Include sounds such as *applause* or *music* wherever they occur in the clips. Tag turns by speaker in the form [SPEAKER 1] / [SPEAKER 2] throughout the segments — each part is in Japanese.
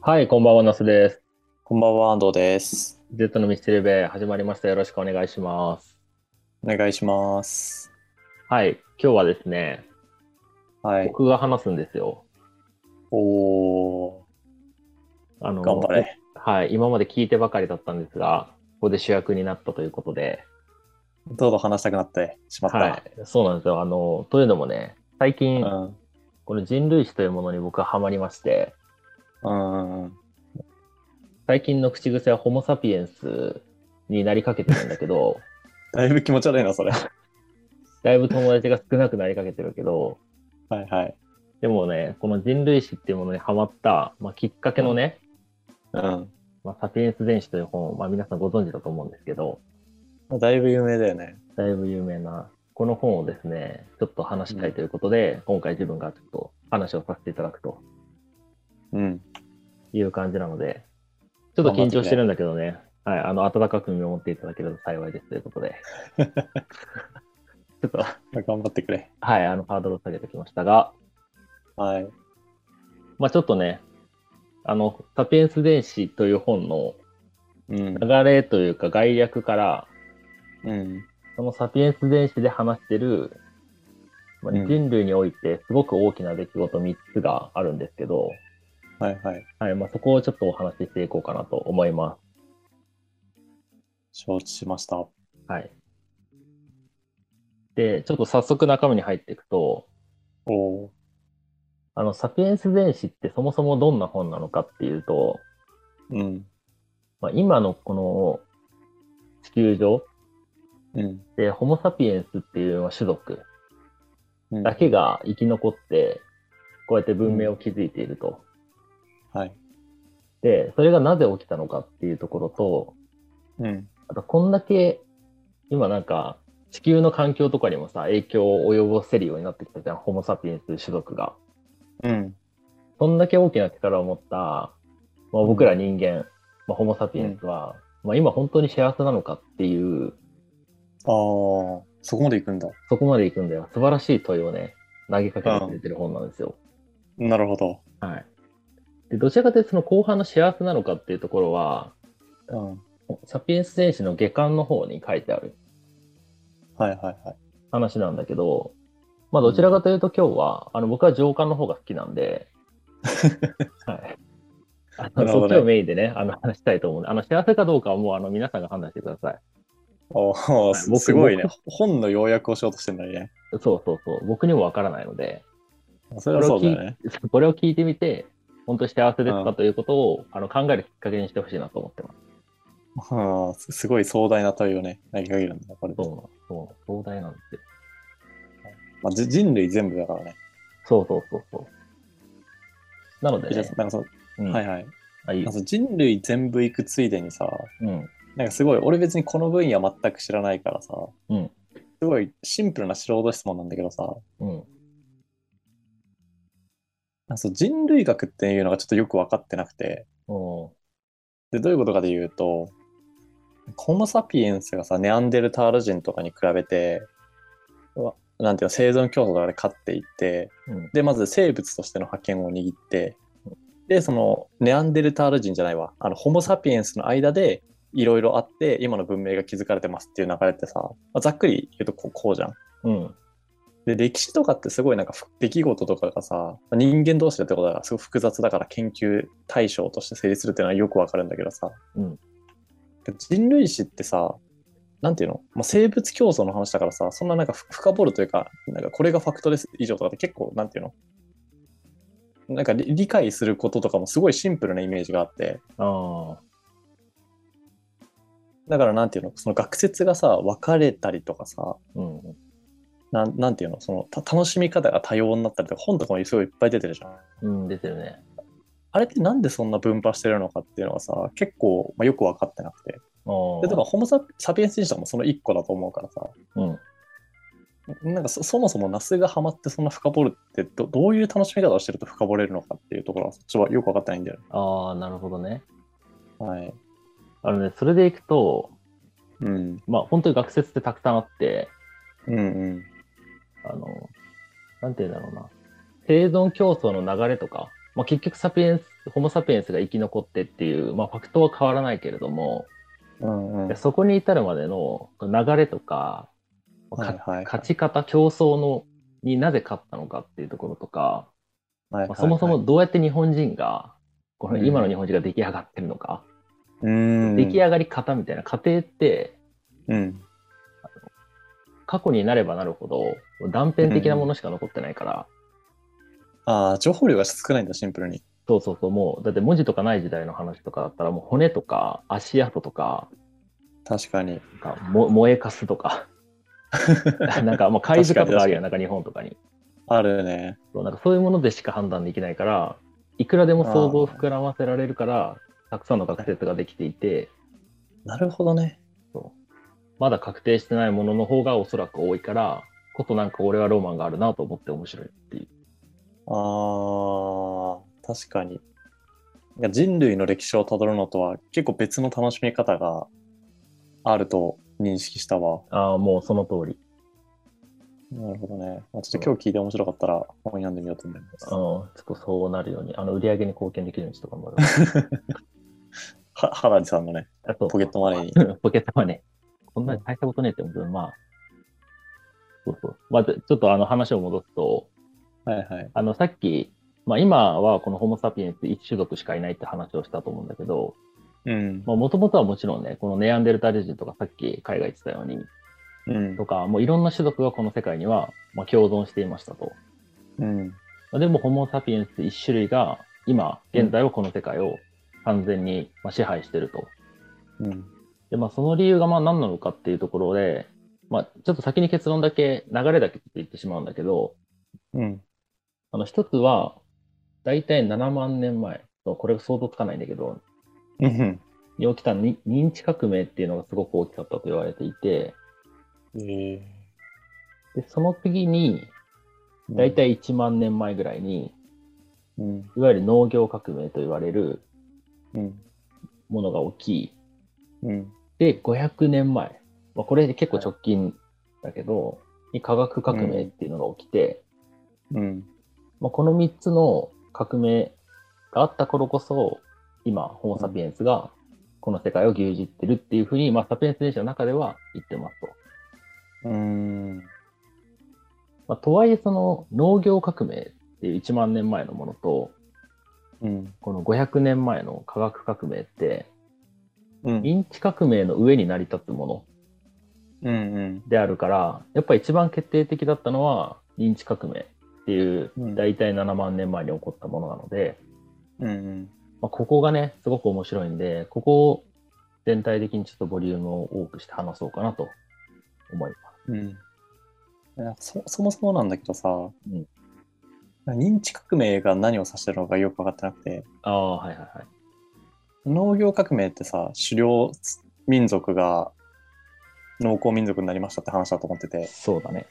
[SPEAKER 1] はい、こんばんは、那須です。
[SPEAKER 2] こんばんは、安藤です。
[SPEAKER 1] Z のミステリーベイ始まりました。よろしくお願いします。
[SPEAKER 2] お願いします。
[SPEAKER 1] はい、今日はですね、
[SPEAKER 2] はい。
[SPEAKER 1] 僕が話すんですよ。
[SPEAKER 2] おー、
[SPEAKER 1] あの
[SPEAKER 2] 頑張れ。
[SPEAKER 1] はい、今まで聞いてばかりだったんですが、ここで主役になったということで、
[SPEAKER 2] どうぞ話したくなってしまった。
[SPEAKER 1] はい、そうなんですよ。あの、というのもね、最近、この人類史というものに僕はハマりまして、
[SPEAKER 2] うん。うん。
[SPEAKER 1] 最近の口癖はホモ・サピエンスになりかけてるんだけ
[SPEAKER 2] *laughs*
[SPEAKER 1] ど、
[SPEAKER 2] だいぶ気持ち悪いな、それ。 *laughs* は
[SPEAKER 1] だいぶ友達が少なくなりかけてるけど、
[SPEAKER 2] いはい。
[SPEAKER 1] でもね、この人類史っていうものにハマった、まあ、きっかけのね、
[SPEAKER 2] う
[SPEAKER 1] まあ、サピエンス全史という本、まあ、皆さんご存知だと思うんですけど、
[SPEAKER 2] ん。だいぶ有名だよね。
[SPEAKER 1] だいぶ有名な、この本をですね、ちょっと話したいということで、今回自分がちょっと話をさせていただくと
[SPEAKER 2] うん。
[SPEAKER 1] いう感じなので、ちょっと緊張してるんだけどね、はい、あの、温かく見守っていただけると幸いですということで、ちょっと、
[SPEAKER 2] 頑張ってくれ。
[SPEAKER 1] はい、あの、ハードルを下げてきましたが、
[SPEAKER 2] はい。
[SPEAKER 1] まあ、ちょっとね、あの、サピエンス全史という本の
[SPEAKER 2] うん。
[SPEAKER 1] 流れというか概略から、
[SPEAKER 2] うん。
[SPEAKER 1] そのサピエンス全史で話してる、まあ
[SPEAKER 2] うん
[SPEAKER 1] 人類においてすごく大きな出来事3つがあるんですけど、
[SPEAKER 2] はいはい。
[SPEAKER 1] はいまあ、そこをちょっとお話ししていこうかなと思いま
[SPEAKER 2] 承知しました。
[SPEAKER 1] す。はい、で、ちょっと早速中身に入っていくと、
[SPEAKER 2] おー。
[SPEAKER 1] あのサピエンス全史ってそもそもどんな本なのかっていうと、
[SPEAKER 2] うん。
[SPEAKER 1] まあ、今のこの地球上
[SPEAKER 2] うん。
[SPEAKER 1] でホモ・サピエンスっていうまあ種族
[SPEAKER 2] うん
[SPEAKER 1] だけが生き残って、こうやって文明を築いていると。
[SPEAKER 2] はい。
[SPEAKER 1] で、それがなぜ起きたのかっていうところと、
[SPEAKER 2] うん。
[SPEAKER 1] あとこんだけ今なんか地球の環境とかにもさ影響を及ぼせるようになってきたじゃん、ホモ・サピエンス種族が。
[SPEAKER 2] うん。
[SPEAKER 1] そんだけ大きな力を持った、まあ、僕ら人間、まあ、ホモ・サピエンスは、まあ、今本当に幸せなのかっていう、
[SPEAKER 2] あー、そこまで行くんだ。
[SPEAKER 1] そこまで行くんだよ。素晴らしい問いをね、投げかけてくれてる本なんですよ。
[SPEAKER 2] なるほど。
[SPEAKER 1] はい。で、どちらかというとその後半の幸せなのかっていうところは、
[SPEAKER 2] うん。
[SPEAKER 1] サピエンス戦士の下巻の方に書いてある
[SPEAKER 2] はいはいはい。
[SPEAKER 1] 話なんだけど、まあ、どちらかというと今日は、あの僕は上巻の方が好きなん
[SPEAKER 2] *laughs*
[SPEAKER 1] で、はい、あ
[SPEAKER 2] な
[SPEAKER 1] の
[SPEAKER 2] る
[SPEAKER 1] そ
[SPEAKER 2] ほどね
[SPEAKER 1] っちをメインでね、あの話したいと思うんで、あの幸せかどうかはもうあの皆さんが判断してください。
[SPEAKER 2] おー、
[SPEAKER 1] い僕
[SPEAKER 2] すすごいね
[SPEAKER 1] 僕。
[SPEAKER 2] 本の要約をしようとしてんだね。
[SPEAKER 1] そうそうそう、僕にもわからないので、
[SPEAKER 2] そ
[SPEAKER 1] これ
[SPEAKER 2] れはそ
[SPEAKER 1] を
[SPEAKER 2] うだ
[SPEAKER 1] 聞い *laughs*
[SPEAKER 2] よね。
[SPEAKER 1] これを聞いてみて、本当に幸せです
[SPEAKER 2] う
[SPEAKER 1] かということを、あの考えるきっかけにしてほしいなと思ってます。
[SPEAKER 2] はあ、すすごい壮大な問いをね、投げかけるんだ、これ。
[SPEAKER 1] そうなの、そうなの壮大なんですよ。
[SPEAKER 2] まあ、じ人類全部だからね。
[SPEAKER 1] そうそうそうそう。なので
[SPEAKER 2] じゃ
[SPEAKER 1] ね、
[SPEAKER 2] あなんかそ、
[SPEAKER 1] うん
[SPEAKER 2] はいはい。
[SPEAKER 1] あいい
[SPEAKER 2] な
[SPEAKER 1] よ
[SPEAKER 2] んかその人類全部行くついでにさ、
[SPEAKER 1] うん、
[SPEAKER 2] なんかすごい、俺別にこの分野全く知らないからさ、
[SPEAKER 1] うん
[SPEAKER 2] すごいシンプルな素人質問なんだけどさ、
[SPEAKER 1] うん、
[SPEAKER 2] なんかその人類学っていうのがちょっとよく分かってなくて、
[SPEAKER 1] お
[SPEAKER 2] で、どういうことかで言うと、ホモ・サピエンスがさ、ネアンデルタール人とかに比べて、わなんていうの、生存競争とかで勝っていって、
[SPEAKER 1] ーうん、
[SPEAKER 2] で、まず生物としての覇権を握って、で、そのネアンデルタール人じゃないわ、あのホモ・サピエンスの間でいろいろあって、今の文明が築かれてますっていう流れってさ、まあざっくり言うとこうこうじゃん。
[SPEAKER 1] うん、
[SPEAKER 2] で、歴史とかってすごいなんかふ出来事とかがさ、まあ人間同士でってことだからすごい複雑だから研究対象として成立するっていうのはよくわかるんだけどさ、
[SPEAKER 1] うん
[SPEAKER 2] で人類史ってさ、なんていうの、まあ、生物競争の話だからさ、そんななんかふ深掘るというか、なんかこれがファクトです以上とかって結構、なんていうのなんか理理解することとかもすごいシンプルなイメージがあって、
[SPEAKER 1] あ
[SPEAKER 2] だからなんていうの、その学説がさ、分かれたりとかさ、
[SPEAKER 1] ーうん、
[SPEAKER 2] なんなんていうの、そのた楽しみ方が多様になったりとか、本とかもすごいいっぱい出てるじゃん。
[SPEAKER 1] うん、ですよね。
[SPEAKER 2] あれってなんでそんな分派してるのかっていうのはさ、結構、まあ、よく分かってなくて。
[SPEAKER 1] お
[SPEAKER 2] で、だからホモササピエンス人とかもその一個だと思うからさ、
[SPEAKER 1] うん、
[SPEAKER 2] なんかそそもそもナスがハマってそんな深掘るってど、どういう楽しみ方をしてると深掘れるのかっていうところは、そっちはよく分かってないんだよね。
[SPEAKER 1] ああ、なるほどね。
[SPEAKER 2] はい。
[SPEAKER 1] あのね、それでいくと、
[SPEAKER 2] うん。
[SPEAKER 1] まあ、本当に学説ってたくさんあって、
[SPEAKER 2] うんうん。
[SPEAKER 1] あの、なんて言うんだろうな、生存競争の流れとか、まあ、結局サピエンスホモ・サピエンスが生き残ってっていう、まあ、ファクトは変わらないけれども、
[SPEAKER 2] うんうん。
[SPEAKER 1] でそこに至るまでの流れとか、か
[SPEAKER 2] はいはいはい
[SPEAKER 1] 勝ち方競争のになぜ勝ったのかっていうところとか、
[SPEAKER 2] はいはい
[SPEAKER 1] ま
[SPEAKER 2] は
[SPEAKER 1] あ
[SPEAKER 2] い
[SPEAKER 1] そもそも、どうやって日本人がこの
[SPEAKER 2] うん
[SPEAKER 1] 今の日本人が出来上がってるのか、
[SPEAKER 2] うん。
[SPEAKER 1] 出来上がり方みたいな過程って
[SPEAKER 2] うん。
[SPEAKER 1] 過去になればなるほど断片的なものしか残ってないから、
[SPEAKER 2] ああ、情報量が少ないんだ、シンプルに。
[SPEAKER 1] そうそうそうもうだって文字とかない時代の話とかだったらもう骨とか足跡とか
[SPEAKER 2] 確かに。
[SPEAKER 1] なんかも燃えかすと *laughs* かなんかもう貝塚とかあるよなんか日本とかに
[SPEAKER 2] あるね。
[SPEAKER 1] そうなんかそういうものでしか判断できないからいくらでも想像を膨らませられるからたくさんの学説ができていて
[SPEAKER 2] なるほどね。
[SPEAKER 1] まだ確定してないものの方がおそらく多いからこそなんか俺はロマンがあるなと思って面白いっていう
[SPEAKER 2] ああ、確かに。いや人類の歴史をたどるのとは結構別の楽しみ方があると認識したわ。
[SPEAKER 1] ああもうその通り
[SPEAKER 2] なるほどね。まあ、ちょっと今日聞いて面白かったら本読んでみようと思います
[SPEAKER 1] うんち。ょっとそうなるようにあの売り上げに貢献できるようにしとかも
[SPEAKER 2] *laughs* は原地さんのね、
[SPEAKER 1] あと
[SPEAKER 2] ポケットマネーに。
[SPEAKER 1] *laughs* ポケットマネー。こんなに大したことねえって思うけど、まあ、そうそう。まず、ちょっとあの話を戻すと、
[SPEAKER 2] はいはい。
[SPEAKER 1] あの、さっき、まあ今はこのホモ・サピエンス一種族しかいないって話をしたと思うんだけど、
[SPEAKER 2] うん。
[SPEAKER 1] まあもともとはもちろんね、このネアンデルタール人とかさっき海外行ってたように、
[SPEAKER 2] うん
[SPEAKER 1] と。か、もういろんな種族がこの世界には、まあ、共存していましたと。
[SPEAKER 2] うん。
[SPEAKER 1] まあでもホモ・サピエンス一種類が今、現在はこの世界を完全にまあ支配してると。
[SPEAKER 2] うん。
[SPEAKER 1] で、まあ、その理由がまあ何なのかっていうところで、まあ、ちょっと先に結論だけ、流れだけちょっと言ってしまうんだけど、
[SPEAKER 2] うん。
[SPEAKER 1] あの、一つは、大体7万年前、そうこれが想像つかないんだけど、
[SPEAKER 2] うん。
[SPEAKER 1] に起きたに認知革命っていうのがすごく大きかったと言われていて、
[SPEAKER 2] ええ。
[SPEAKER 1] で、その次に、大体1万年前ぐらいに、
[SPEAKER 2] うん。
[SPEAKER 1] いわゆる農業革命と言われる
[SPEAKER 2] うん。
[SPEAKER 1] ものが起き、
[SPEAKER 2] うん。
[SPEAKER 1] で、500年前、まあ、これ結構直近だけど、に科学革命っていうのが起きて、
[SPEAKER 2] うん。
[SPEAKER 1] まあ、この3つの革命があった頃こそ今ホモ・サピエンスがこの世界を牛耳ってるっていうふうに、まあ、サピエンス電子の中では言ってますと。
[SPEAKER 2] うん。
[SPEAKER 1] まあ、とはいえその農業革命っていう1万年前のものと
[SPEAKER 2] うん。
[SPEAKER 1] この500年前の科学革命って
[SPEAKER 2] うん。
[SPEAKER 1] 認知革命の上に成り立つもの
[SPEAKER 2] うん。
[SPEAKER 1] であるからやっぱり一番決定的だったのは認知革命っていう
[SPEAKER 2] うん
[SPEAKER 1] 大体7万年前に起こったものなので、
[SPEAKER 2] うん。
[SPEAKER 1] まあ、ここがね、すごく面白いんで、ここを全体的にちょっとボリュームを多くして話そうかなと思いま
[SPEAKER 2] うん。なんかそそもそもなんだけどさ、
[SPEAKER 1] ん
[SPEAKER 2] 認知革命が何を指してるのかよく分かってなくて
[SPEAKER 1] す。ああ、はいはいはい。
[SPEAKER 2] 農業革命ってさ狩猟民族が農耕民族になりましたって話だと思ってて、
[SPEAKER 1] そうだね。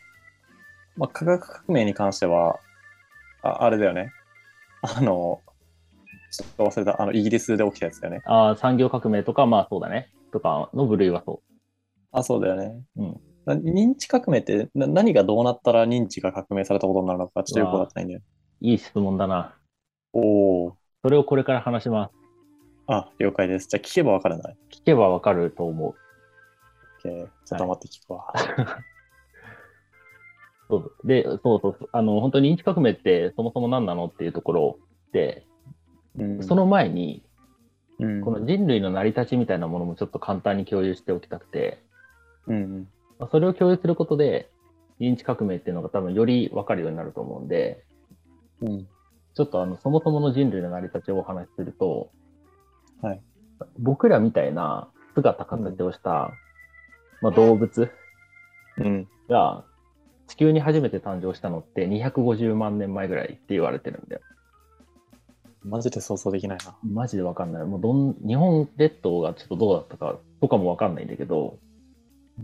[SPEAKER 2] まあ、科学革命に関してはああれだよねあのちょっと忘れたあのイギリスで起きたやつだよね
[SPEAKER 1] ああ、産業革命とか、まあそうだね。とかの部類はそ
[SPEAKER 2] あそうだよね
[SPEAKER 1] うん
[SPEAKER 2] な認知革命ってな何がどうなったら認知が革命されたことになるのかちょっとよく分かってないんだよ
[SPEAKER 1] う。いい質問だな。
[SPEAKER 2] おお
[SPEAKER 1] それをこれから話します。
[SPEAKER 2] あ、了解です。じゃあ聞けばわかるんだね。
[SPEAKER 1] 聞けばわかると思う。
[SPEAKER 2] OK ちょっと黙って聞くわ。
[SPEAKER 1] そうで、そうそうそうあの、本当に認知革命ってそもそも何なのっていうところで、
[SPEAKER 2] うん
[SPEAKER 1] そ、の前に、
[SPEAKER 2] うん、
[SPEAKER 1] この人類の成り立ちみたいなものもちょっと簡単に共有しておきたくて、
[SPEAKER 2] うん、
[SPEAKER 1] まあそれを共有することで、認知革命っていうのが多分より分かるようになると思うんで、
[SPEAKER 2] うん、
[SPEAKER 1] ちょっとあのそもそもの人類の成り立ちをお話しすると、
[SPEAKER 2] はい
[SPEAKER 1] 僕らみたいな姿形をした、まあ、動物
[SPEAKER 2] うん。
[SPEAKER 1] が地球に初めて誕生したのって250万年前ぐらいって言われてるんだよ。
[SPEAKER 2] マジで想像できないな。
[SPEAKER 1] マジで分かんない。もうどん日本列島がちょっとどうだったかとかも分かんないんだけど、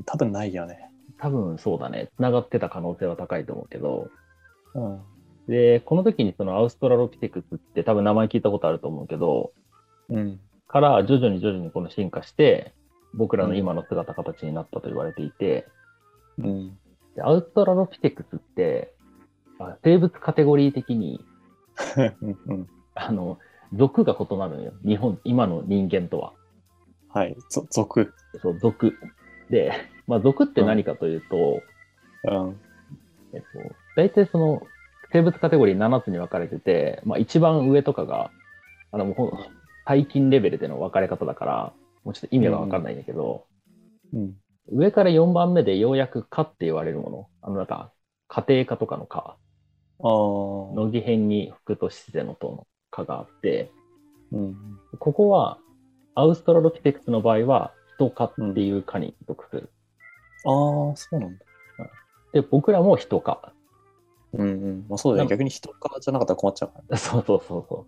[SPEAKER 2] 多分ないよね。
[SPEAKER 1] 多分そうだね、繋がってた可能性は高いと思うけど、
[SPEAKER 2] うん。
[SPEAKER 1] で、この時にそのアウストラロピテクスって多分名前聞いたことあると思うけど、
[SPEAKER 2] うん。
[SPEAKER 1] から徐々に徐々にこの進化して、僕らの今の姿形になったと言われていて、
[SPEAKER 2] うん。
[SPEAKER 1] でアウストラロピテクスって、あ生物カテゴリー的に、
[SPEAKER 2] うん。
[SPEAKER 1] あの、属が異なるのよ。日本、今の人間とは。
[SPEAKER 2] はい。ぞ俗。
[SPEAKER 1] そう、属。で、まあ、属って何かというと、
[SPEAKER 2] うん。
[SPEAKER 1] えっと、大体その、生物カテゴリー7つに分かれてて、まあ、一番上とかが、あの、もうほん、細菌レベルでの分かれ方だから、もうちょっと意味が分かんないんだけど、
[SPEAKER 2] うん。
[SPEAKER 1] 上から4番目でようやく「か」って言われるもの。あの、なんか、家庭科とかの「か」。
[SPEAKER 2] ああ。
[SPEAKER 1] のぎ編に服と姿勢の塔の「か」があって、
[SPEAKER 2] うん。
[SPEAKER 1] ここは、アウストラロピテクスの場合は、人科っていう科に属する。
[SPEAKER 2] ああ、そうなんだ。
[SPEAKER 1] で、僕らも人科。
[SPEAKER 2] うんうん。まあそう
[SPEAKER 1] な
[SPEAKER 2] だよ
[SPEAKER 1] ん
[SPEAKER 2] ね。逆に人からじゃなかったら困っちゃうから
[SPEAKER 1] *laughs*
[SPEAKER 2] ね。
[SPEAKER 1] そうそうそうそう。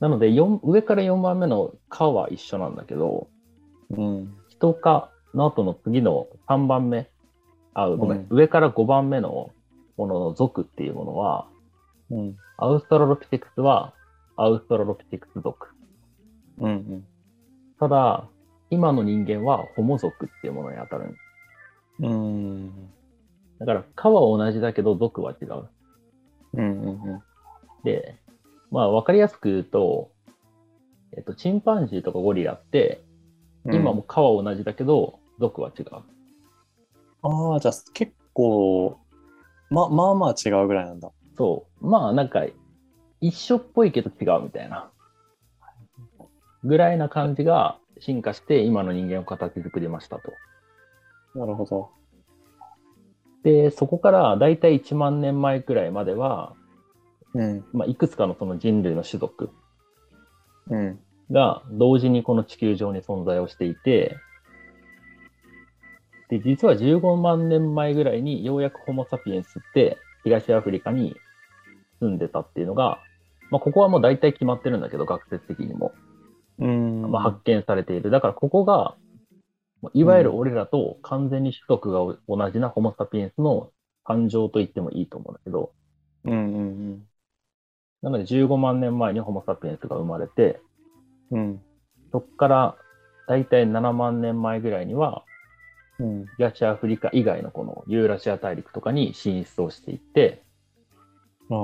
[SPEAKER 1] なので、四上から4番目の「か」は一緒なんだけど、
[SPEAKER 2] うん。
[SPEAKER 1] 人科の後の次の3番目、あ、ごめん、
[SPEAKER 2] う
[SPEAKER 1] 上から5番目のものの属っていうものは、
[SPEAKER 2] うん。
[SPEAKER 1] アウストラロピテクスはアウストラロピテクス属。
[SPEAKER 2] うんうん。
[SPEAKER 1] ただ、今の人間はホモ属っていうものに当たる。
[SPEAKER 2] うん。
[SPEAKER 1] だから、科は同じだけど属は違う。
[SPEAKER 2] うんうんうん。
[SPEAKER 1] で、まあ、わかりやすく言うと、えっと、チンパンジーとかゴリラって、今も科は同じだけど、属は違う。
[SPEAKER 2] ああ、じゃあ結構、ま、まあまあ違うぐらいなんだ。
[SPEAKER 1] そう。まあ、なんか、一緒っぽいけど違うみたいな。ぐらいな感じが進化して、今の人間を形作りましたと。
[SPEAKER 2] なるほど。
[SPEAKER 1] で、そこから大体1万年前くらいまでは、
[SPEAKER 2] うん。
[SPEAKER 1] まあ、いくつかのその人類の種族
[SPEAKER 2] うん。
[SPEAKER 1] が同時にこの地球上に存在をしていて、で、実は15万年前ぐらいにようやくホモ・サピエンスって東アフリカに住んでたっていうのが、まあ、ここはもう大体決まってるんだけど、学説的にも。
[SPEAKER 2] うん。
[SPEAKER 1] まあ、発見されている。だからここが、まあいわゆる俺らと完全に種族がお同じなホモ・サピエンスの誕生と言ってもいいと思うんだけど、
[SPEAKER 2] うんうん
[SPEAKER 1] なので15万年前にホモ・サピエンスが生まれて、
[SPEAKER 2] うん。うん。
[SPEAKER 1] そこから大体7万年前ぐらいには、
[SPEAKER 2] うん。
[SPEAKER 1] 東アフリカ以外のこのユーラシア大陸とかに進出をしていって、
[SPEAKER 2] ああ。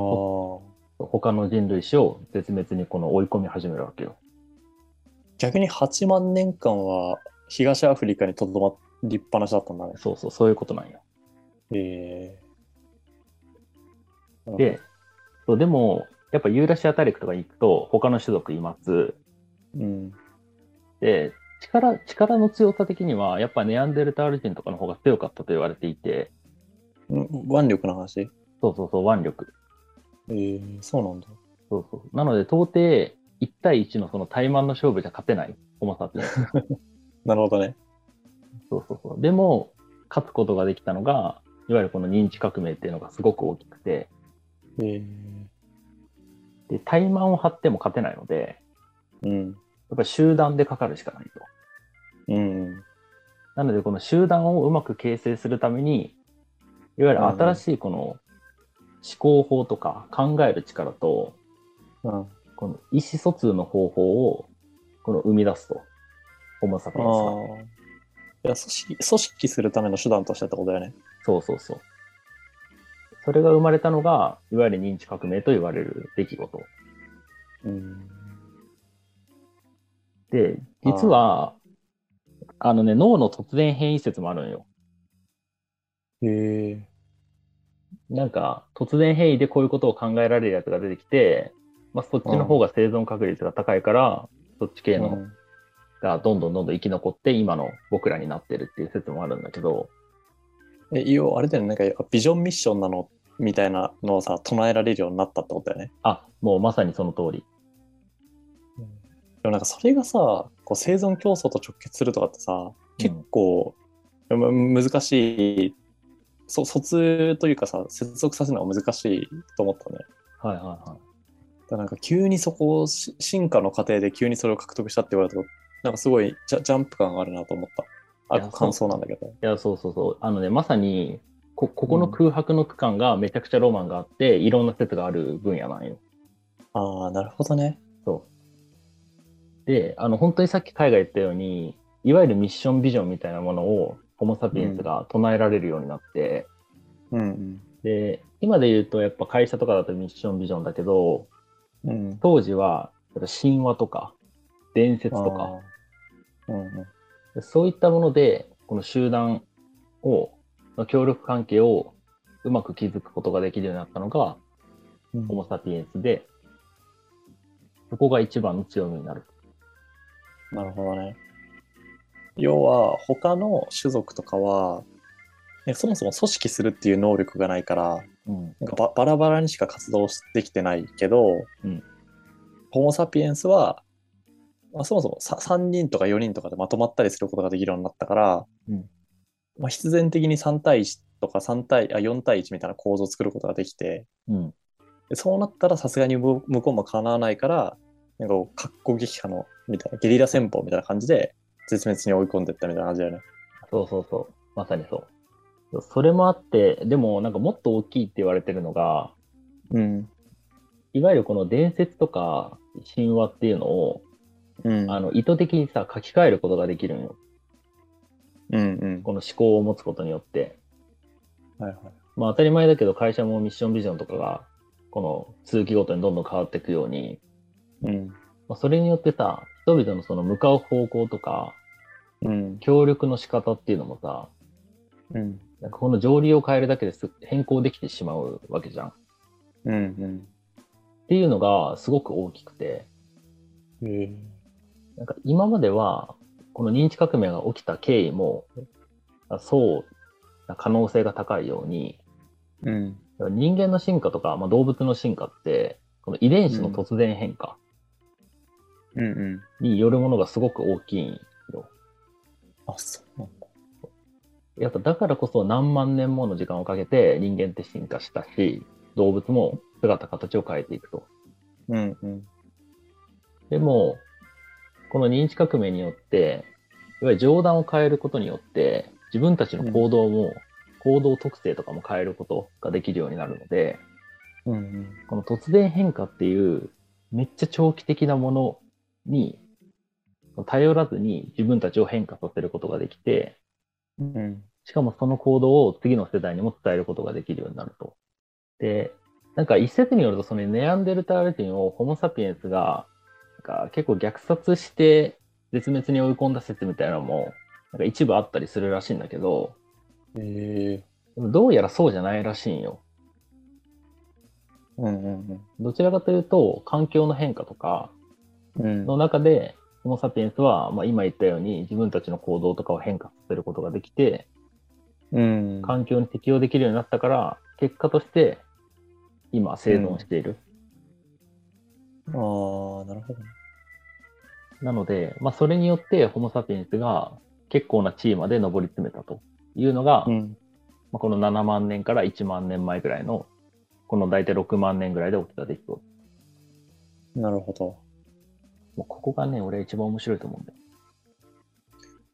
[SPEAKER 1] 他の人類種を絶滅にこの追い込み始めるわけよ。
[SPEAKER 2] 逆に8万年間は東アフリカにとどまりっぱなしだったんだね。
[SPEAKER 1] そうそう、そういうことなんよ。
[SPEAKER 2] ええ
[SPEAKER 1] で、そうでも、やっぱユーラシア大陸とかに行くと、他の種族います。
[SPEAKER 2] うん。
[SPEAKER 1] で、力、力の強さ的には、やっぱネアンデルタール人とかの方が強かったと言われていて、
[SPEAKER 2] うん腕力の話
[SPEAKER 1] そうそうそう、腕力。
[SPEAKER 2] ええそうなんだ。
[SPEAKER 1] そうそう。なので、到底、1対1のその対マンの勝負じゃ勝てない、重さっていうのは。
[SPEAKER 2] なるほどね。
[SPEAKER 1] そうそうそう。でも、勝つことができたのが、いわゆるこの認知革命っていうのがすごく大きくて、
[SPEAKER 2] ええ
[SPEAKER 1] で、対マンを張っても勝てないので、
[SPEAKER 2] うん。
[SPEAKER 1] やっぱり集団でかかるしかないと。
[SPEAKER 2] うん。
[SPEAKER 1] なので、この集団をうまく形成するために、いわゆる新しいこの思考法とか考える力と、
[SPEAKER 2] うん。
[SPEAKER 1] この意思疎通の方法をこの生み出すと、ホモ・サピエンス
[SPEAKER 2] あ
[SPEAKER 1] が。
[SPEAKER 2] あ。いや組織、組織するための手段としてってことだよね。
[SPEAKER 1] そうそうそう。それが生まれたのが、いわゆる認知革命と言われる出来事。
[SPEAKER 2] うん。
[SPEAKER 1] で、実は、あのね、脳の突然変異説もあるんよ。
[SPEAKER 2] へえ
[SPEAKER 1] なんか、突然変異でこういうことを考えられるやつが出てきて、まあ、そっちの方が生存確率が高いから、そっち系のがどんどんどんどん生き残って、今の僕らになってるっていう説もあるんだけど、
[SPEAKER 2] え、要はあれだよね、なんかビジョンミッションなのみたいなのをさ、唱えられるようになったってことだよね。
[SPEAKER 1] あ、もうまさにその通り。
[SPEAKER 2] でもなんかそれがさ、こう生存競争と直結するとかってさ、結構、む難しい、そ疎通というかさ、接続させるのは難しいと思ったね。
[SPEAKER 1] はいはいはい。
[SPEAKER 2] だからなんか急にそこをし進化の過程で急にそれを獲得したって言われると、なんかすごいジャジャンプ感があるなと思った。
[SPEAKER 1] い
[SPEAKER 2] あ
[SPEAKER 1] や
[SPEAKER 2] 感想なんだけど。
[SPEAKER 1] いや、そうそうそう。あのね、まさに、こ、ここの空白の区間がめちゃくちゃロマンがあって、いろんな説がある分野なんよ。
[SPEAKER 2] ああ、なるほどね。
[SPEAKER 1] で、あの、本当にさっき海外言ったように、いわゆるミッションビジョンみたいなものを、ホモ・サピエンスが唱えられるようになって、
[SPEAKER 2] うん
[SPEAKER 1] で、今で言うとやっぱ会社とかだとミッションビジョンだけど、
[SPEAKER 2] うん。うん。
[SPEAKER 1] 当時は、だから神話とか伝説とか、
[SPEAKER 2] あー。うんうん。
[SPEAKER 1] でそういったもので、この集団を、の協力関係をうまく築くことができるようになったのが、ホモ・サピエンスで、そこが一番の強みになる。
[SPEAKER 2] なるほどね。要は他の種族とかは、ねそもそも組織するっていう能力がないから
[SPEAKER 1] うん。
[SPEAKER 2] なんかババラバラにしか活動できてないけど、
[SPEAKER 1] うん
[SPEAKER 2] ホモ・サピエンスは、まあ、そもそもさ3人とか4人とかでまとまったりすることができるようになったから、
[SPEAKER 1] うん
[SPEAKER 2] まあ、必然的に3対1とか3対あ4対1みたいな構造を作ることができて、
[SPEAKER 1] うん。
[SPEAKER 2] でそうなったらさすがにむ向こうもかなわないから、なんかこう、格好撃破の、みたいな、ゲリラ戦法みたいな感じで、絶滅に追い込んでったみたいな感じだよね。
[SPEAKER 1] そうそうそう。まさにそう。それもあって、でもなんかもっと大きいって言われてるのが、
[SPEAKER 2] うん。
[SPEAKER 1] いわゆるこの伝説とか神話っていうのを、
[SPEAKER 2] うん。
[SPEAKER 1] あの意図的にさ、書き換えることができるのよ。
[SPEAKER 2] うんうん。
[SPEAKER 1] この思考を持つことによって。
[SPEAKER 2] はいはい。
[SPEAKER 1] まあ当たり前だけど会社もミッションビジョンとかが、この通期ごとにどんどん変わっていくように、
[SPEAKER 2] うん。
[SPEAKER 1] まあ、それによってさ、人々のその向かう方向とか、
[SPEAKER 2] うん。
[SPEAKER 1] 協力の仕方っていうのもさ、
[SPEAKER 2] うん。
[SPEAKER 1] なんかこの条理を変えるだけです変更できてしまうわけじゃん。っ
[SPEAKER 2] うん。
[SPEAKER 1] ていうのがすごく大きくて、
[SPEAKER 2] うん。へえ。
[SPEAKER 1] なんか今までは、この認知革命が起きた経緯も、そうな可能性が高いように、
[SPEAKER 2] うん。
[SPEAKER 1] 人間の進化とか、まあ、動物の進化って、この遺伝子の突然変化
[SPEAKER 2] うんうん。
[SPEAKER 1] によるものがすごく大きいよ。
[SPEAKER 2] あ、そうなんだ。
[SPEAKER 1] やっぱだからこそ何万年もの時間をかけて人間って進化したし、動物も姿形を変えていくと。
[SPEAKER 2] うんうん。
[SPEAKER 1] でも、この認知革命によって、いわゆる上段を変えることによって、自分たちの行動も、行動特性とかも変えることができるようになるので、
[SPEAKER 2] うんうん。
[SPEAKER 1] この突然変化っていう、めっちゃ長期的なものに、頼らずに自分たちを変化させることができて、
[SPEAKER 2] うん。
[SPEAKER 1] しかもその行動を次の世代にも伝えることができるようになると。で、なんか一説によると、そのネアンデルタール人をホモ・サピエンスが、なんか結構虐殺して絶滅に追い込んだ説みたいなのも、なんか一部あったりするらしいんだけど、
[SPEAKER 2] へえ。
[SPEAKER 1] でもどうやらそうじゃないらしいんよ。
[SPEAKER 2] うんうん
[SPEAKER 1] どちらかというと、環境の変化とか
[SPEAKER 2] うん。
[SPEAKER 1] の中で、ホモ・サピエンスは、まあ、今言ったように自分たちの行動とかを変化させることができて、
[SPEAKER 2] うん。
[SPEAKER 1] 環境に適応できるようになったから、結果として今生存している。
[SPEAKER 2] ああ、なるほど。
[SPEAKER 1] なので、まあ、それによってホモ・サピエンスが結構な地位まで上り詰めたというのが、
[SPEAKER 2] ん。
[SPEAKER 1] まあ、この7万年から1万年前ぐらいの、この大体6万年ぐらいで起きた出来事。
[SPEAKER 2] なるほど。
[SPEAKER 1] もうここがね、俺一番面白いと思うんだよ。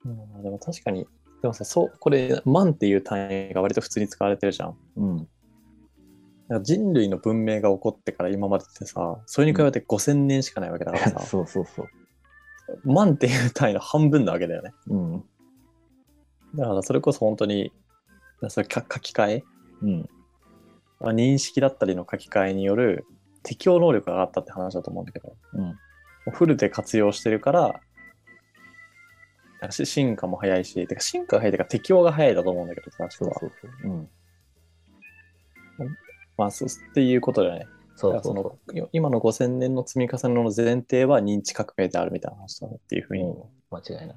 [SPEAKER 2] うんでも確かに、でもさ、そう、これ、万っていう単位が割と普通に使われてるじゃん。
[SPEAKER 1] うん。
[SPEAKER 2] なんか人類の文明が起こってから今までってさ、それに比べて5000年しかないわけだからさ、
[SPEAKER 1] *laughs* そうそうそう。
[SPEAKER 2] 万っていう単位の半分なわけだよね。
[SPEAKER 1] うん。
[SPEAKER 2] だからそれこそ本当に、それか書き換え
[SPEAKER 1] うん。
[SPEAKER 2] まあ認識だったりの書き換えによる適応能力が上がったって話だと思うんだけど、
[SPEAKER 1] うん
[SPEAKER 2] もうフルで活用してるから、なんかし進化も早いし、てか進化が早いというか適応が早いだと思うんだけど、確
[SPEAKER 1] そう
[SPEAKER 2] か
[SPEAKER 1] そうそう。うん。
[SPEAKER 2] まあ、そうっていうことだよね。
[SPEAKER 1] そ
[SPEAKER 2] だか
[SPEAKER 1] う
[SPEAKER 2] ら
[SPEAKER 1] そ
[SPEAKER 2] そう
[SPEAKER 1] そ
[SPEAKER 2] のよ今の5000年の積み重ねの前提は認知革命であるみたいな話だなっていうふう
[SPEAKER 1] う。
[SPEAKER 2] に。
[SPEAKER 1] うん、間違いない。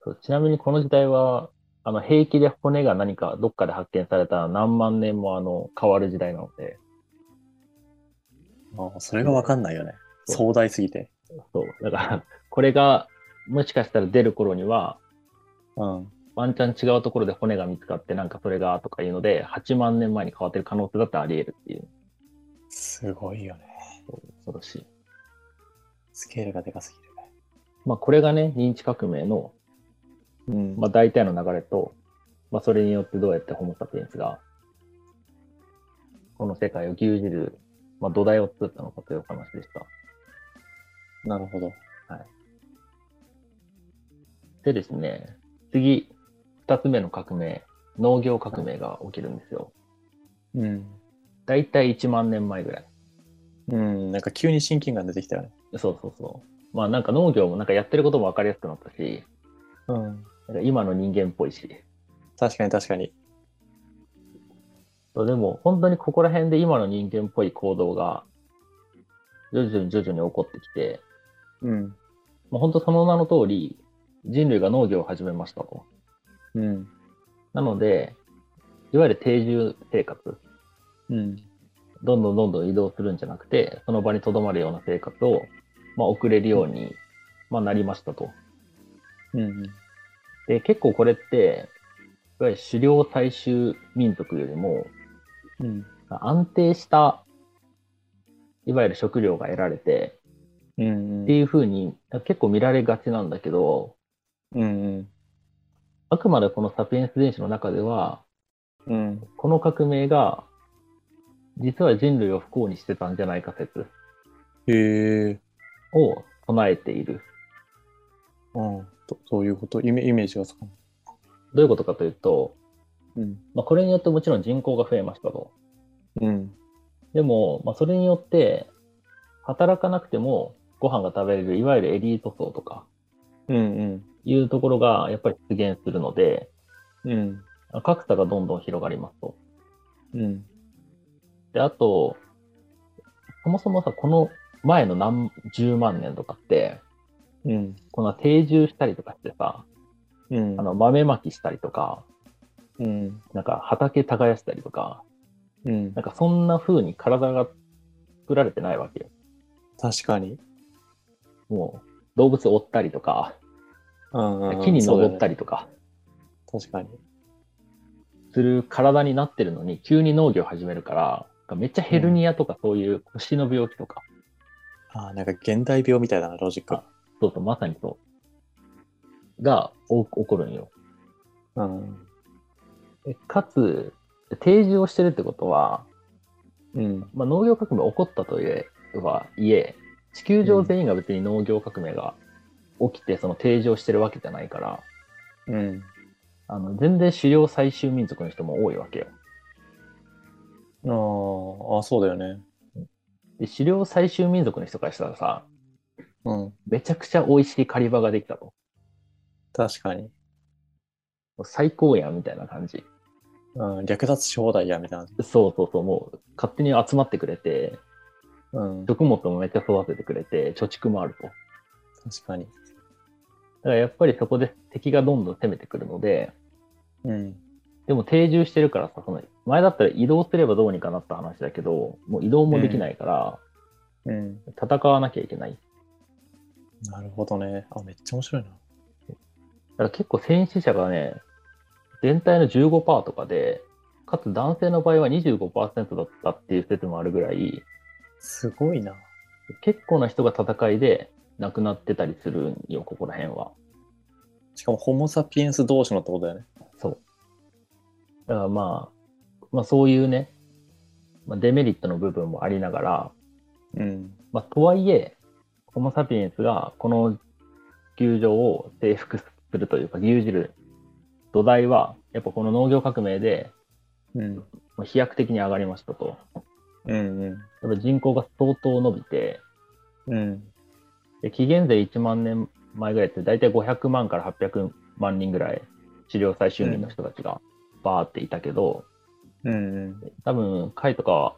[SPEAKER 1] そうちなみにこの時代は、あの平気で骨が何かどっかで発見されたら何万年もあの変わる時代なので、
[SPEAKER 2] ああそれが分かんないよね。
[SPEAKER 1] そ
[SPEAKER 2] 壮大すぎて。
[SPEAKER 1] そう。だから、これが、もしかしたら出る頃には、
[SPEAKER 2] うん。
[SPEAKER 1] ワンチャン違うところで骨が見つかって、なんかそれがとかいうので、8万年前に変わってる可能性だってあり得るっていう。
[SPEAKER 2] すごいよね。
[SPEAKER 1] 恐ろしい。
[SPEAKER 2] スケールがでかすぎるね。
[SPEAKER 1] まあ、これがね、認知革命の、
[SPEAKER 2] うん
[SPEAKER 1] まあ、大体の流れと、まあ、それによってどうやってホモ・サピエンスが、この世界を牛耳る、まあ、土台を作ったのかというお話でした。
[SPEAKER 2] なるほど。
[SPEAKER 1] でですね、次、2つ目の革命、農業革命が起きるんですよ。
[SPEAKER 2] うん。
[SPEAKER 1] 大体1万年前ぐらい。
[SPEAKER 2] うん、なんか急に親近感出てきたよね。
[SPEAKER 1] そうそうそう。まあなんか農業もなんかやってることも分かりやすくなったし、
[SPEAKER 2] うん。
[SPEAKER 1] なんか今の人間っぽいし。
[SPEAKER 2] 確かに確かに。
[SPEAKER 1] そうでも本当にここら辺で今の人間っぽい行動が徐々に徐々に起こってきて、
[SPEAKER 2] うん。
[SPEAKER 1] まあ、本当その名の通り人類が農業を始めましたと。
[SPEAKER 2] うん。
[SPEAKER 1] なので、いわゆる定住生活、
[SPEAKER 2] うん。
[SPEAKER 1] どんどんどんどん移動するんじゃなくて、その場に留まるような生活を、まあ、送れるように、まあ、なりましたと。
[SPEAKER 2] うん。
[SPEAKER 1] で、結構これって、いわゆる狩猟採集民族よりも、
[SPEAKER 2] うん。
[SPEAKER 1] 安定した、いわゆる食料が得られて、
[SPEAKER 2] うん
[SPEAKER 1] っていう風に結構見られがちなんだけど、
[SPEAKER 2] うん。
[SPEAKER 1] あくまでこのサピエンス電子の中では、
[SPEAKER 2] うん。
[SPEAKER 1] この革命が、実は人類を不幸にしてたんじゃないか説
[SPEAKER 2] へえ。
[SPEAKER 1] を唱えている。
[SPEAKER 2] うん。どどういうことイメイメージがつかない。
[SPEAKER 1] どういうことかというと、
[SPEAKER 2] うん。
[SPEAKER 1] まあ、これによってもちろん人口が増えましたと。
[SPEAKER 2] うん。
[SPEAKER 1] でも、まあ、それによって、働かなくてもご飯が食べれる、いわゆるエリート層とか
[SPEAKER 2] うん。
[SPEAKER 1] いうところがやっぱり出現するので、
[SPEAKER 2] うん。うん。
[SPEAKER 1] 格差がどんどん広がりますと。
[SPEAKER 2] うん。
[SPEAKER 1] で、あと、そもそもさ、この前の何十万年とかって、
[SPEAKER 2] うん。
[SPEAKER 1] こんな定住したりとかしてさ、
[SPEAKER 2] うん。
[SPEAKER 1] あの豆まきしたりとか、
[SPEAKER 2] うん。
[SPEAKER 1] なんか畑耕したりとか、
[SPEAKER 2] うん
[SPEAKER 1] な。んかそんな風に体が作られてないわけよ。
[SPEAKER 2] 確かに。
[SPEAKER 1] もう動物を追ったりとか、
[SPEAKER 2] うん
[SPEAKER 1] 木に登っ
[SPEAKER 2] り。
[SPEAKER 1] たりとか
[SPEAKER 2] 確かに。
[SPEAKER 1] する体になってるのに、急に農業を始めるから、なんかめっちゃヘルニアとかそういう腰の病気とか、
[SPEAKER 2] ああ、なんか現代病みたいだな、ロジック。
[SPEAKER 1] そうそう、まさにそう、がお起こるんよ。
[SPEAKER 2] うん。
[SPEAKER 1] でかつ、定住をしてるってことは、
[SPEAKER 2] うん。
[SPEAKER 1] まあ、農業革命起こったといえはいえ、地球上全員が別に農業革命が起きて、その定住をしてるわけじゃないから、
[SPEAKER 2] うん。
[SPEAKER 1] あの全然狩猟採集民族の人も多いわけよ。
[SPEAKER 2] あーあー、そうだよね。
[SPEAKER 1] で狩猟採集民族の人からしたらさ、
[SPEAKER 2] うん。
[SPEAKER 1] めちゃくちゃ美味しい狩り場ができたと。
[SPEAKER 2] 確かに。
[SPEAKER 1] 最高やんみたいな感じ。
[SPEAKER 2] うん。略奪し放題や、みたいな。
[SPEAKER 1] そうそうそう、もう勝手に集まってくれて、
[SPEAKER 2] うん。
[SPEAKER 1] 食物もめっちゃ育ててくれて、貯蓄もあると。だ
[SPEAKER 2] 確かに。
[SPEAKER 1] からやっぱりそこで敵がどんどん攻めてくるので、
[SPEAKER 2] うん。
[SPEAKER 1] でも定住してるからさ、その前だったら移動すればどうにかなった話だけど、もう移動もできないから、
[SPEAKER 2] うん。
[SPEAKER 1] 戦わなきゃいけない。
[SPEAKER 2] なるほどね。あ、めっちゃ面白いな。
[SPEAKER 1] だから結構戦死者がね、全体の15%とかで、かつ男性の場合は25%だったっていう説もあるぐらい、
[SPEAKER 2] すごいな。
[SPEAKER 1] 結構な人が戦いで亡くなってたりするんよ、ここら辺は。
[SPEAKER 2] しかも、ホモ・サピエンス同士のってことだよね。
[SPEAKER 1] そう。だからまあ、まあそういうね、まあ、デメリットの部分もありながら、
[SPEAKER 2] うん。
[SPEAKER 1] まあ、とはいえ、ホモ・サピエンスがこの球場を征服するというか、牛耳る土台は、やっぱこの農業革命で
[SPEAKER 2] うん。
[SPEAKER 1] まあ飛躍的に上がりましたと。
[SPEAKER 2] うん。
[SPEAKER 1] やっぱ人口が相当伸びて、
[SPEAKER 2] うん。うん。
[SPEAKER 1] で紀元前1万年前ぐらいって、大体500万から800万人ぐらい、狩猟採集民の人たちがバーっていたけど、
[SPEAKER 2] うん。
[SPEAKER 1] 多分、貝とかは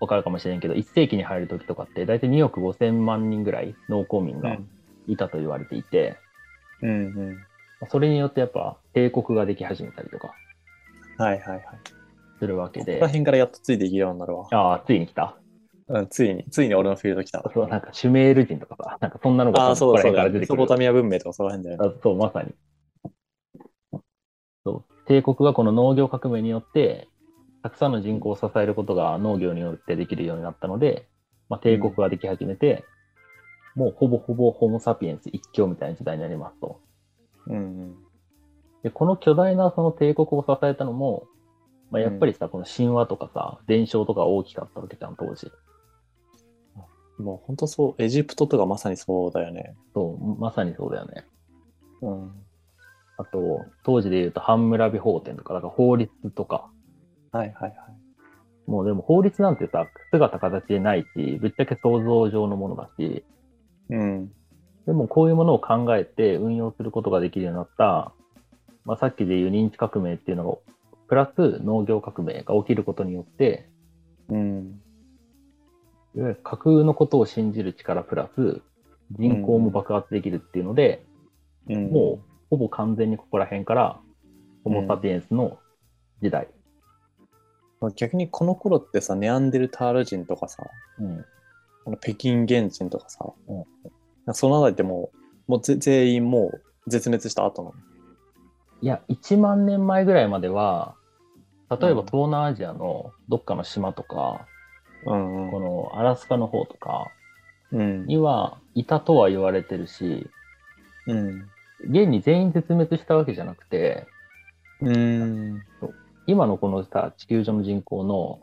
[SPEAKER 1] 分かるかもしれんけど、1世紀に入る時とかって、大体2億5000万人ぐらい農耕民がいたと言われていて、
[SPEAKER 2] うん。うん。
[SPEAKER 1] それによってやっぱ帝国ができ始めたりとか
[SPEAKER 2] はいはいはい。
[SPEAKER 1] するわけ
[SPEAKER 2] ここ
[SPEAKER 1] で
[SPEAKER 2] ら、辺からやっとついていけるようになるわ。
[SPEAKER 1] ああ、ついに来た。
[SPEAKER 2] うん、ついに、ついに俺のフィールド来 *laughs* た。
[SPEAKER 1] そう、なんかシュメール人とかさ、なんかそんなのが
[SPEAKER 2] ああ、そうだそう
[SPEAKER 1] ここら辺か
[SPEAKER 2] だ。
[SPEAKER 1] ら出
[SPEAKER 2] メ
[SPEAKER 1] て
[SPEAKER 2] ソ
[SPEAKER 1] く
[SPEAKER 2] ポタ
[SPEAKER 1] る。
[SPEAKER 2] ミア文明とかその辺だよね。
[SPEAKER 1] あそう、まさに。そう、帝国がこの農業革命によって、たくさんの人口を支えることが農業によってできるようになったので、まあ、帝国ができ始めて、もうほぼほぼホモ・サピエンス一強みたいな時代になりますと。
[SPEAKER 2] うんうん。
[SPEAKER 1] で、この巨大なその帝国を支えたのも、まあ、やっぱりさ、この神話とかさ、伝承とか大きかったわけじゃん、当時。
[SPEAKER 2] もう本当そう、エジプトとかまさにそうだよね。
[SPEAKER 1] そう、まさにそうだよね。
[SPEAKER 2] うん。
[SPEAKER 1] あと、当時で言うと、ハンムラビ法典とか、だから法律とか、
[SPEAKER 2] はいはいはい。
[SPEAKER 1] もうでも法律なんてさ、姿形でないし、ぶっちゃけ想像上のものだし、
[SPEAKER 2] うん。
[SPEAKER 1] でもこういうものを考えて運用することができるようになった、まあ、さっきで言う認知革命っていうのが、プラス農業革命が起きることによって、
[SPEAKER 2] うん。
[SPEAKER 1] いわゆる架空のことを信じる力プラス人口も爆発できるっていうので、
[SPEAKER 2] うん、
[SPEAKER 1] もうほぼ完全にここら辺からホモ・サピエンスの時代、
[SPEAKER 2] まあ、逆にこの頃ってさ、ネアンデルタール人とかさ、
[SPEAKER 1] うん
[SPEAKER 2] あの北京原人とかさ、
[SPEAKER 1] うん
[SPEAKER 2] なんかそのあたりってもう、もうぜ全員もう絶滅した後の。
[SPEAKER 1] いや1万年前ぐらいまでは例えば
[SPEAKER 2] うん
[SPEAKER 1] 東南アジアのどっかの島とか、
[SPEAKER 2] うん
[SPEAKER 1] このアラスカの方とか
[SPEAKER 2] うん。
[SPEAKER 1] にはいたとは言われてるし
[SPEAKER 2] うん。
[SPEAKER 1] 現に全員絶滅したわけじゃなくて
[SPEAKER 2] うん。
[SPEAKER 1] 今のこのさ地球上の人口の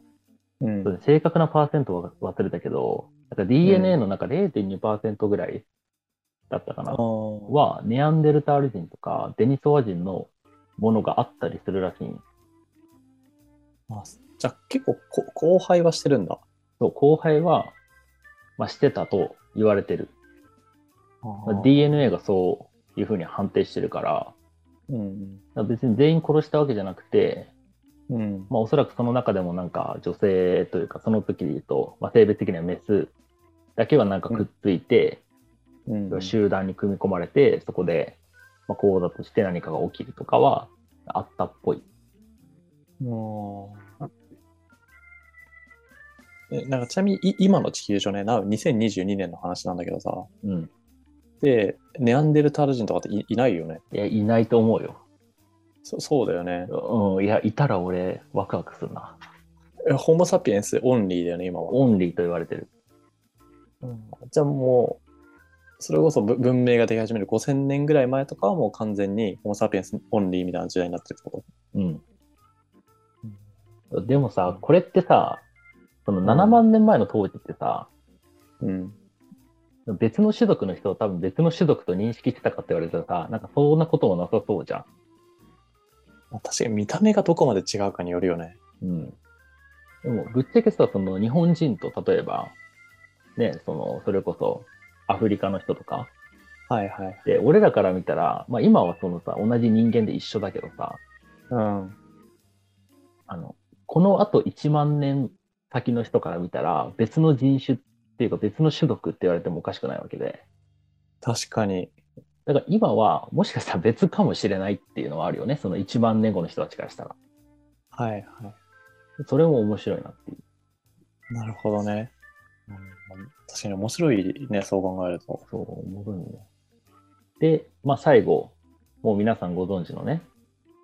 [SPEAKER 2] うん
[SPEAKER 1] そう。です正確なパーセントは忘れたけど、なんか DNA の中0.2%ぐらいだったか
[SPEAKER 2] あ
[SPEAKER 1] な、
[SPEAKER 2] ー
[SPEAKER 1] は、ネアンデルタール人とかデニソワ人のものがあったりするらしい。
[SPEAKER 2] あじゃあ結構こ後輩はしてるんだ。
[SPEAKER 1] そう、後輩は、まあ、してたと言われてる。まあ
[SPEAKER 2] あ
[SPEAKER 1] DNA がそういうふうに判定してるから、
[SPEAKER 2] うん。
[SPEAKER 1] だから別に全員殺したわけじゃなくて、
[SPEAKER 2] うん。
[SPEAKER 1] まあ、おそらくその中でもなんか女性というか、その時で言うと、まあ、性別的にはメスだけはなんかくっついて、
[SPEAKER 2] うん
[SPEAKER 1] 集団に組み込まれて、そこで、まあ、講座として何かが起きるとかはあったっぽい。
[SPEAKER 2] もうえなんかちなみにい今の地球上ね、な2022年の話なんだけどさ、
[SPEAKER 1] うん。
[SPEAKER 2] で、ネアンデルタール人とかっていいないよね
[SPEAKER 1] いや、いないと思うよ。
[SPEAKER 2] そ。そうだよね。
[SPEAKER 1] うん。いや、いたら俺、ワクワクするな。
[SPEAKER 2] えホモ・サピエンスオンリーだよね、今は。
[SPEAKER 1] オンリーと言われてる。
[SPEAKER 2] じゃあもう、それこそぶ文明ができ始める5000年ぐらい前とかはもう完全にホモ・サピエンスオンリーみたいな時代になってるってこ
[SPEAKER 1] うん。でもさ、これってさ、その7万年前の当時ってさ、
[SPEAKER 2] とうん。
[SPEAKER 1] 別の種族の人を多分別の種族と認識してたかって言われたらさ、なんかそんなこともなさそうじゃん。
[SPEAKER 2] まあ確かに見た目がどこまで違うかによるよね。
[SPEAKER 1] うん。でも、ぶっちゃけさ、その日本人と例えば、ね、その、それこそアフリカの人とか、
[SPEAKER 2] はいはい。
[SPEAKER 1] で、俺らから見たら、まあ今はそのさ、同じ人間で一緒だけどさ、
[SPEAKER 2] うん。
[SPEAKER 1] あの、この後1万年先の人から見たら、別の人種っていうか別の種族って言われてもおかしくないわけで、
[SPEAKER 2] 確かに。
[SPEAKER 1] だから今はもしかしたら別かもしれないっていうのはあるよね、その1万年後の人たちからしたら。
[SPEAKER 2] はいはい。
[SPEAKER 1] それも面白いなっていう。
[SPEAKER 2] なるほどね。確かに面白いね、そう考えると。
[SPEAKER 1] そう思うんだよ。で、まあ、最後、もう皆さんご存知のね、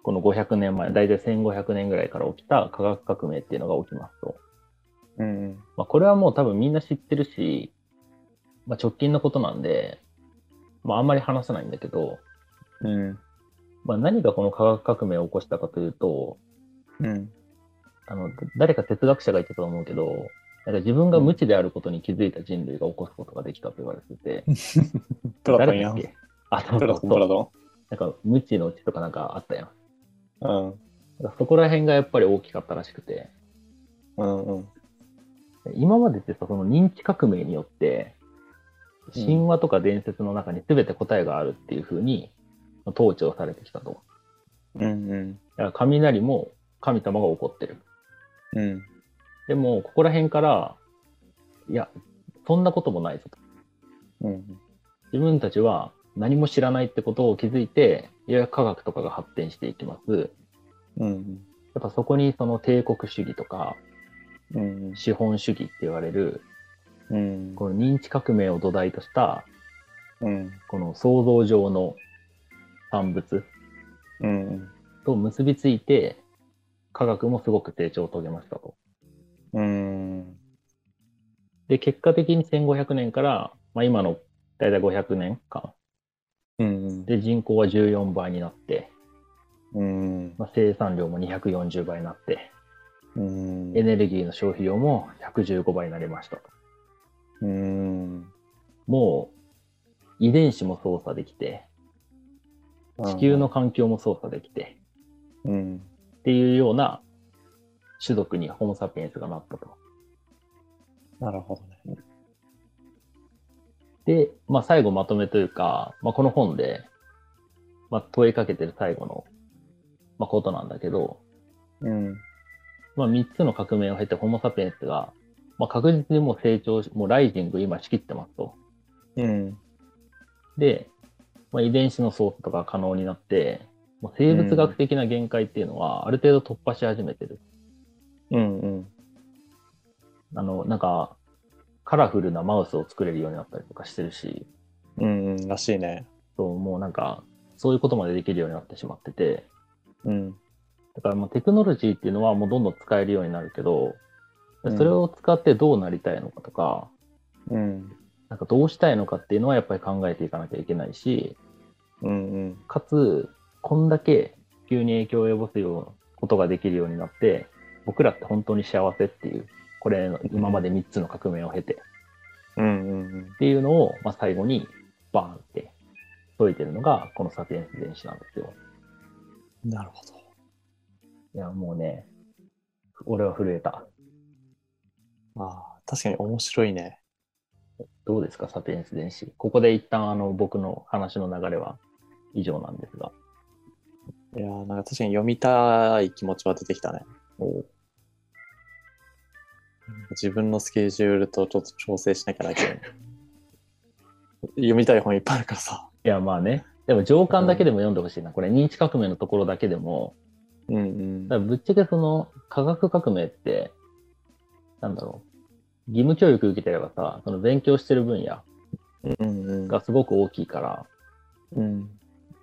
[SPEAKER 1] この500年前、大体1500年ぐらいから起きた科学革命っていうのが起きますと。
[SPEAKER 2] うん。
[SPEAKER 1] まあ、これはもう多分みんな知ってるし、まあ、直近のことなんで、まあ、あんまり話さないんだけど、
[SPEAKER 2] うん。
[SPEAKER 1] まあ、何がこの科学革命を起こしたかというと、
[SPEAKER 2] うん。
[SPEAKER 1] あの、誰か哲学者が言ってたと思うけど、なんか自分が無知であることに気づいた人類が起こすことができたと言われてて、
[SPEAKER 2] プラトン
[SPEAKER 1] 誰
[SPEAKER 2] や
[SPEAKER 1] だっ
[SPEAKER 2] ん。プ
[SPEAKER 1] けあ、そう
[SPEAKER 2] ラ
[SPEAKER 1] そう
[SPEAKER 2] トン、
[SPEAKER 1] そ
[SPEAKER 2] プ
[SPEAKER 1] う
[SPEAKER 2] ラト
[SPEAKER 1] なんか無知のうちとかなんかあったやん。
[SPEAKER 2] ン。
[SPEAKER 1] だからそこら辺がやっぱり大きかったらしくて、
[SPEAKER 2] うん。うんうん。
[SPEAKER 1] 今までってさ、その認知革命によって、
[SPEAKER 2] うん
[SPEAKER 1] 神話とか伝説の中に全て答えがあるっていう風に統治をされてきたと。
[SPEAKER 2] うんうん。
[SPEAKER 1] だから雷も神様が怒ってる。
[SPEAKER 2] うん。
[SPEAKER 1] でも、ここら辺から、いや、そんなこともないぞと。
[SPEAKER 2] うん。
[SPEAKER 1] 自分たちは何も知らないってことを気づいて、いや科学とかが発展していきます。
[SPEAKER 2] うん。
[SPEAKER 1] やっぱそこにその帝国主義とか
[SPEAKER 2] うん。
[SPEAKER 1] 資本主義って言われる
[SPEAKER 2] うん。
[SPEAKER 1] この認知革命を土台とした、
[SPEAKER 2] うん。
[SPEAKER 1] この想像上の産物
[SPEAKER 2] うん。
[SPEAKER 1] と結びついて、科学もすごく成長を遂げましたと。
[SPEAKER 2] うん。
[SPEAKER 1] で、結果的に1500年から、まあ、今の大体500年間
[SPEAKER 2] うん。
[SPEAKER 1] で人口は14倍になって、
[SPEAKER 2] うん。
[SPEAKER 1] まあ、生産量も240倍になって、
[SPEAKER 2] うん。
[SPEAKER 1] エネルギーの消費量も115倍になりましたと。
[SPEAKER 2] うん。
[SPEAKER 1] もう遺伝子も操作できて、地球の。環境も操作できて、
[SPEAKER 2] うん。
[SPEAKER 1] っていうような種族にホモ・サピエンスがなったと。
[SPEAKER 2] なるほどね。
[SPEAKER 1] で、まあ、最後まとめというか、まあ、この本で、まあ、問いかけてる最後の、まあ、ことなんだけど、
[SPEAKER 2] うん。
[SPEAKER 1] まあ、3つの革命を経てホモ・サピエンスが、まあ、確実にもう成長し、もうライジング今仕切ってますと。
[SPEAKER 2] うん。
[SPEAKER 1] で、まあ、遺伝子の操作とか可能になって、まあ、生物学的な限界っていうのはある程度突破し始めてる。
[SPEAKER 2] うんうん。
[SPEAKER 1] あの、なんか、カラフルなマウスを作れるようになったりとかしてるし、
[SPEAKER 2] うんうん。らしいね。
[SPEAKER 1] そうもうなんか、そういうことまでできるようになってしまってて、
[SPEAKER 2] うん。
[SPEAKER 1] だからもうテクノロジーっていうのはもうどんどん使えるようになるけど、それを使ってどうなりたいのかとか、
[SPEAKER 2] うん。
[SPEAKER 1] なんかどうしたいのかっていうのはやっぱり考えていかなきゃいけないし、
[SPEAKER 2] うんうん。
[SPEAKER 1] かつ、こんだけ地球に影響を及ぼすようなことができるようになって、僕らって本当に幸せっていう、これ、今まで3つの革命を経てっ
[SPEAKER 2] うんうん
[SPEAKER 1] ていうのを、まあ、最後にバーンって解いてるのが、このサピエンス電子なんですよ。
[SPEAKER 2] うん。なるほど。
[SPEAKER 1] いや、もうね、俺は震えた。
[SPEAKER 2] ああ、確かに面白いね。
[SPEAKER 1] どうですか、サピエンス電子。ここで一旦あの僕の話の流れは以上なんですが。
[SPEAKER 2] いやーなんか確かに読みたい気持ちは出てきたね。自分のスケジュールとちょっと調整しなきゃなきゃいけない。読みたい本いっぱいあるからさ。
[SPEAKER 1] いや、まあね。でも上巻だけでも読んでほしいな。これ認知革命のところだけでも、
[SPEAKER 2] うんうん
[SPEAKER 1] だからぶっちゃけその科学革命って、なんだろう。義務教育受けてればさ、その勉強してる分野
[SPEAKER 2] うんうん
[SPEAKER 1] がすごく大きいから、
[SPEAKER 2] うん。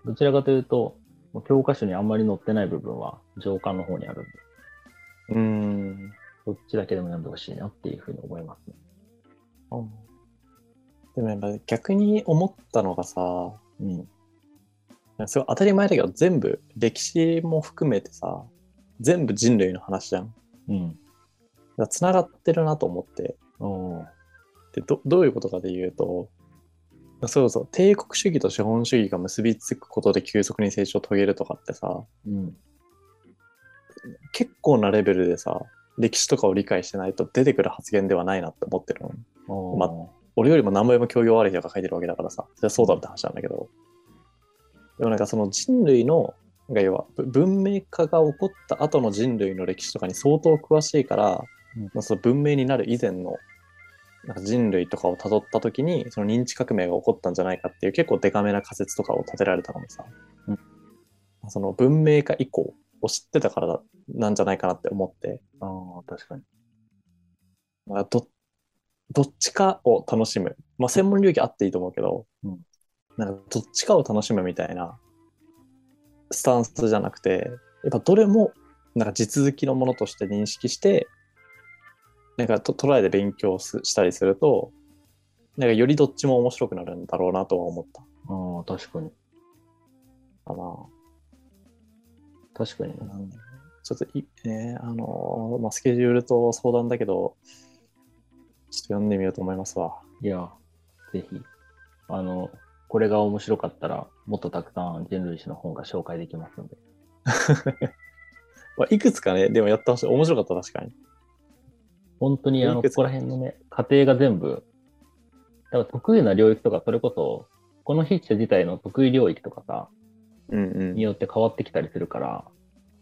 [SPEAKER 1] どちらかというと、もう教科書にあんまり載ってない部分は上巻の方にあるんで、
[SPEAKER 2] うん。
[SPEAKER 1] そっちだけでも読んでほしいなっていうふうに思いますね。
[SPEAKER 2] でもやっぱ逆に思ったのがさ、
[SPEAKER 1] うん。
[SPEAKER 2] すごい当たり前だけど全部歴史も含めてさ、全部人類の話じゃん。
[SPEAKER 1] うん。
[SPEAKER 2] だから繋がってるなと思って。
[SPEAKER 1] おー
[SPEAKER 2] でどどういうことかで言うとそうそう帝国主義と資本主義が結びつくことで急速に成長を遂げるとかってさ
[SPEAKER 1] うん。
[SPEAKER 2] 結構なレベルでさ歴史とかを理解してないと出てくる発言ではないなって思ってるの
[SPEAKER 1] おー
[SPEAKER 2] ま俺よりも何倍も教養ある人が書いてるわけだからさそれはそうだって話なんだけどでもなんかその人類のなんか要はぶ文明化が起こった後の人類の歴史とかに相当詳しいから、
[SPEAKER 1] うん
[SPEAKER 2] まあその文明になる以前のなんか人類とかをたどった時にその認知革命が起こったんじゃないかっていう結構デカめな仮説とかを立てられたのもさ、
[SPEAKER 1] うん
[SPEAKER 2] その文明化以降を知ってたからだなんじゃないかなって思って
[SPEAKER 1] ああ、確かに。
[SPEAKER 2] まあどどっちかを楽しむ、まあ、専門領域あっていいと思うけど、
[SPEAKER 1] うん
[SPEAKER 2] なんかどっちかを楽しむみたいなスタンスじゃなくてやっぱどれもなんか地続きのものとして認識してなんかと捉えて勉強すしたりするとなんかよりどっちも面白くなるんだろうなとは思った
[SPEAKER 1] ああ、確かに。
[SPEAKER 2] かな。
[SPEAKER 1] 確かにね。
[SPEAKER 2] なんだろうちょっとい、ね、あのーまあ、スケジュールと相談だけどちょっと読んでみようと思いますわ。
[SPEAKER 1] いや、ぜひ。あの、これが面白かったら、もっとたくさん人類史の本が紹介できますので。
[SPEAKER 2] まあ、いくつかね、でもやってほしい。面白かった、確かに。
[SPEAKER 1] 本当に、あの、
[SPEAKER 2] い
[SPEAKER 1] こ
[SPEAKER 2] くつ
[SPEAKER 1] こら辺のね、過程が全部、だから得意な領域とか、それこそ、この筆者自体の得意領域とかさ、
[SPEAKER 2] うん
[SPEAKER 1] によって変わってきたりするから、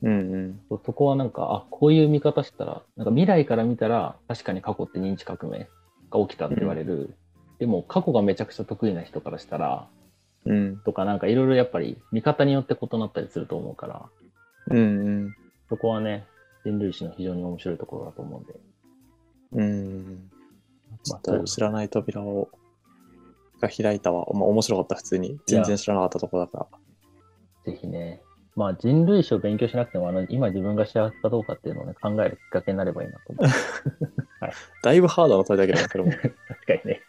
[SPEAKER 2] うん。うんうん。
[SPEAKER 1] そそこはなんか、あ、こういう見方したら、なんか未来から見たら、確かに過去って認知革命が起きたって言われる。でも、過去がめちゃくちゃ得意な人からしたら、
[SPEAKER 2] うん。
[SPEAKER 1] とか、なんかいろいろやっぱり見方によって異なったりすると思うから、
[SPEAKER 2] うん
[SPEAKER 1] そこはね、人類史の非常に面白いところだと思うんで。
[SPEAKER 2] うん。うん。ちょ
[SPEAKER 1] ま
[SPEAKER 2] っ
[SPEAKER 1] た
[SPEAKER 2] と知らない扉を、が開いたわ。まあ、面白かった、普通に。全然知らなかったとこだから。
[SPEAKER 1] ぜひね、まあ人類史を勉強しなくても、あの、今自分が幸せかどうかっていうのをね、考えるきっかけになればいいなと *laughs* 思う。
[SPEAKER 2] だいぶハードな問いだけ *laughs* どね、それも。
[SPEAKER 1] 確かにね。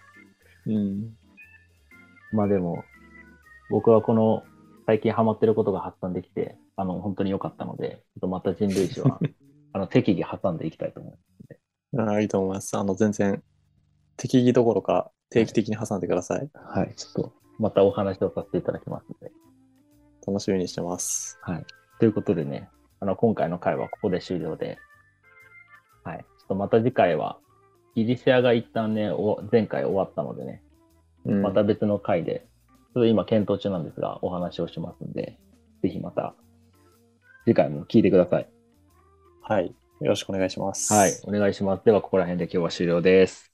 [SPEAKER 2] うん。
[SPEAKER 1] まあでも、僕はこの、最近ハマってることが発散できて、あの、本当に良かったので、ちょっとまた人類史 *laughs* は、あの、適宜挟んでいきたいと思います。
[SPEAKER 2] ああ、いいと思います。あの、全然、適宜どころか、定期的に挟んでください。
[SPEAKER 1] はい、ちょっと、またお話をさせていただきますので。
[SPEAKER 2] 楽しみにしてます。
[SPEAKER 1] ということでね、あの、今回の回はここで終了で、とまた次回は、ギリシアが一旦ね、お前回終わったのでね、
[SPEAKER 2] うん
[SPEAKER 1] また別の回で、ちょっと今検討中なんですが、お話をしますんで、ぜひまた、次回も聞いてください。
[SPEAKER 2] はい。よろしくお願いします。
[SPEAKER 1] はい、お願いします。では、ここら辺で今日は終了です。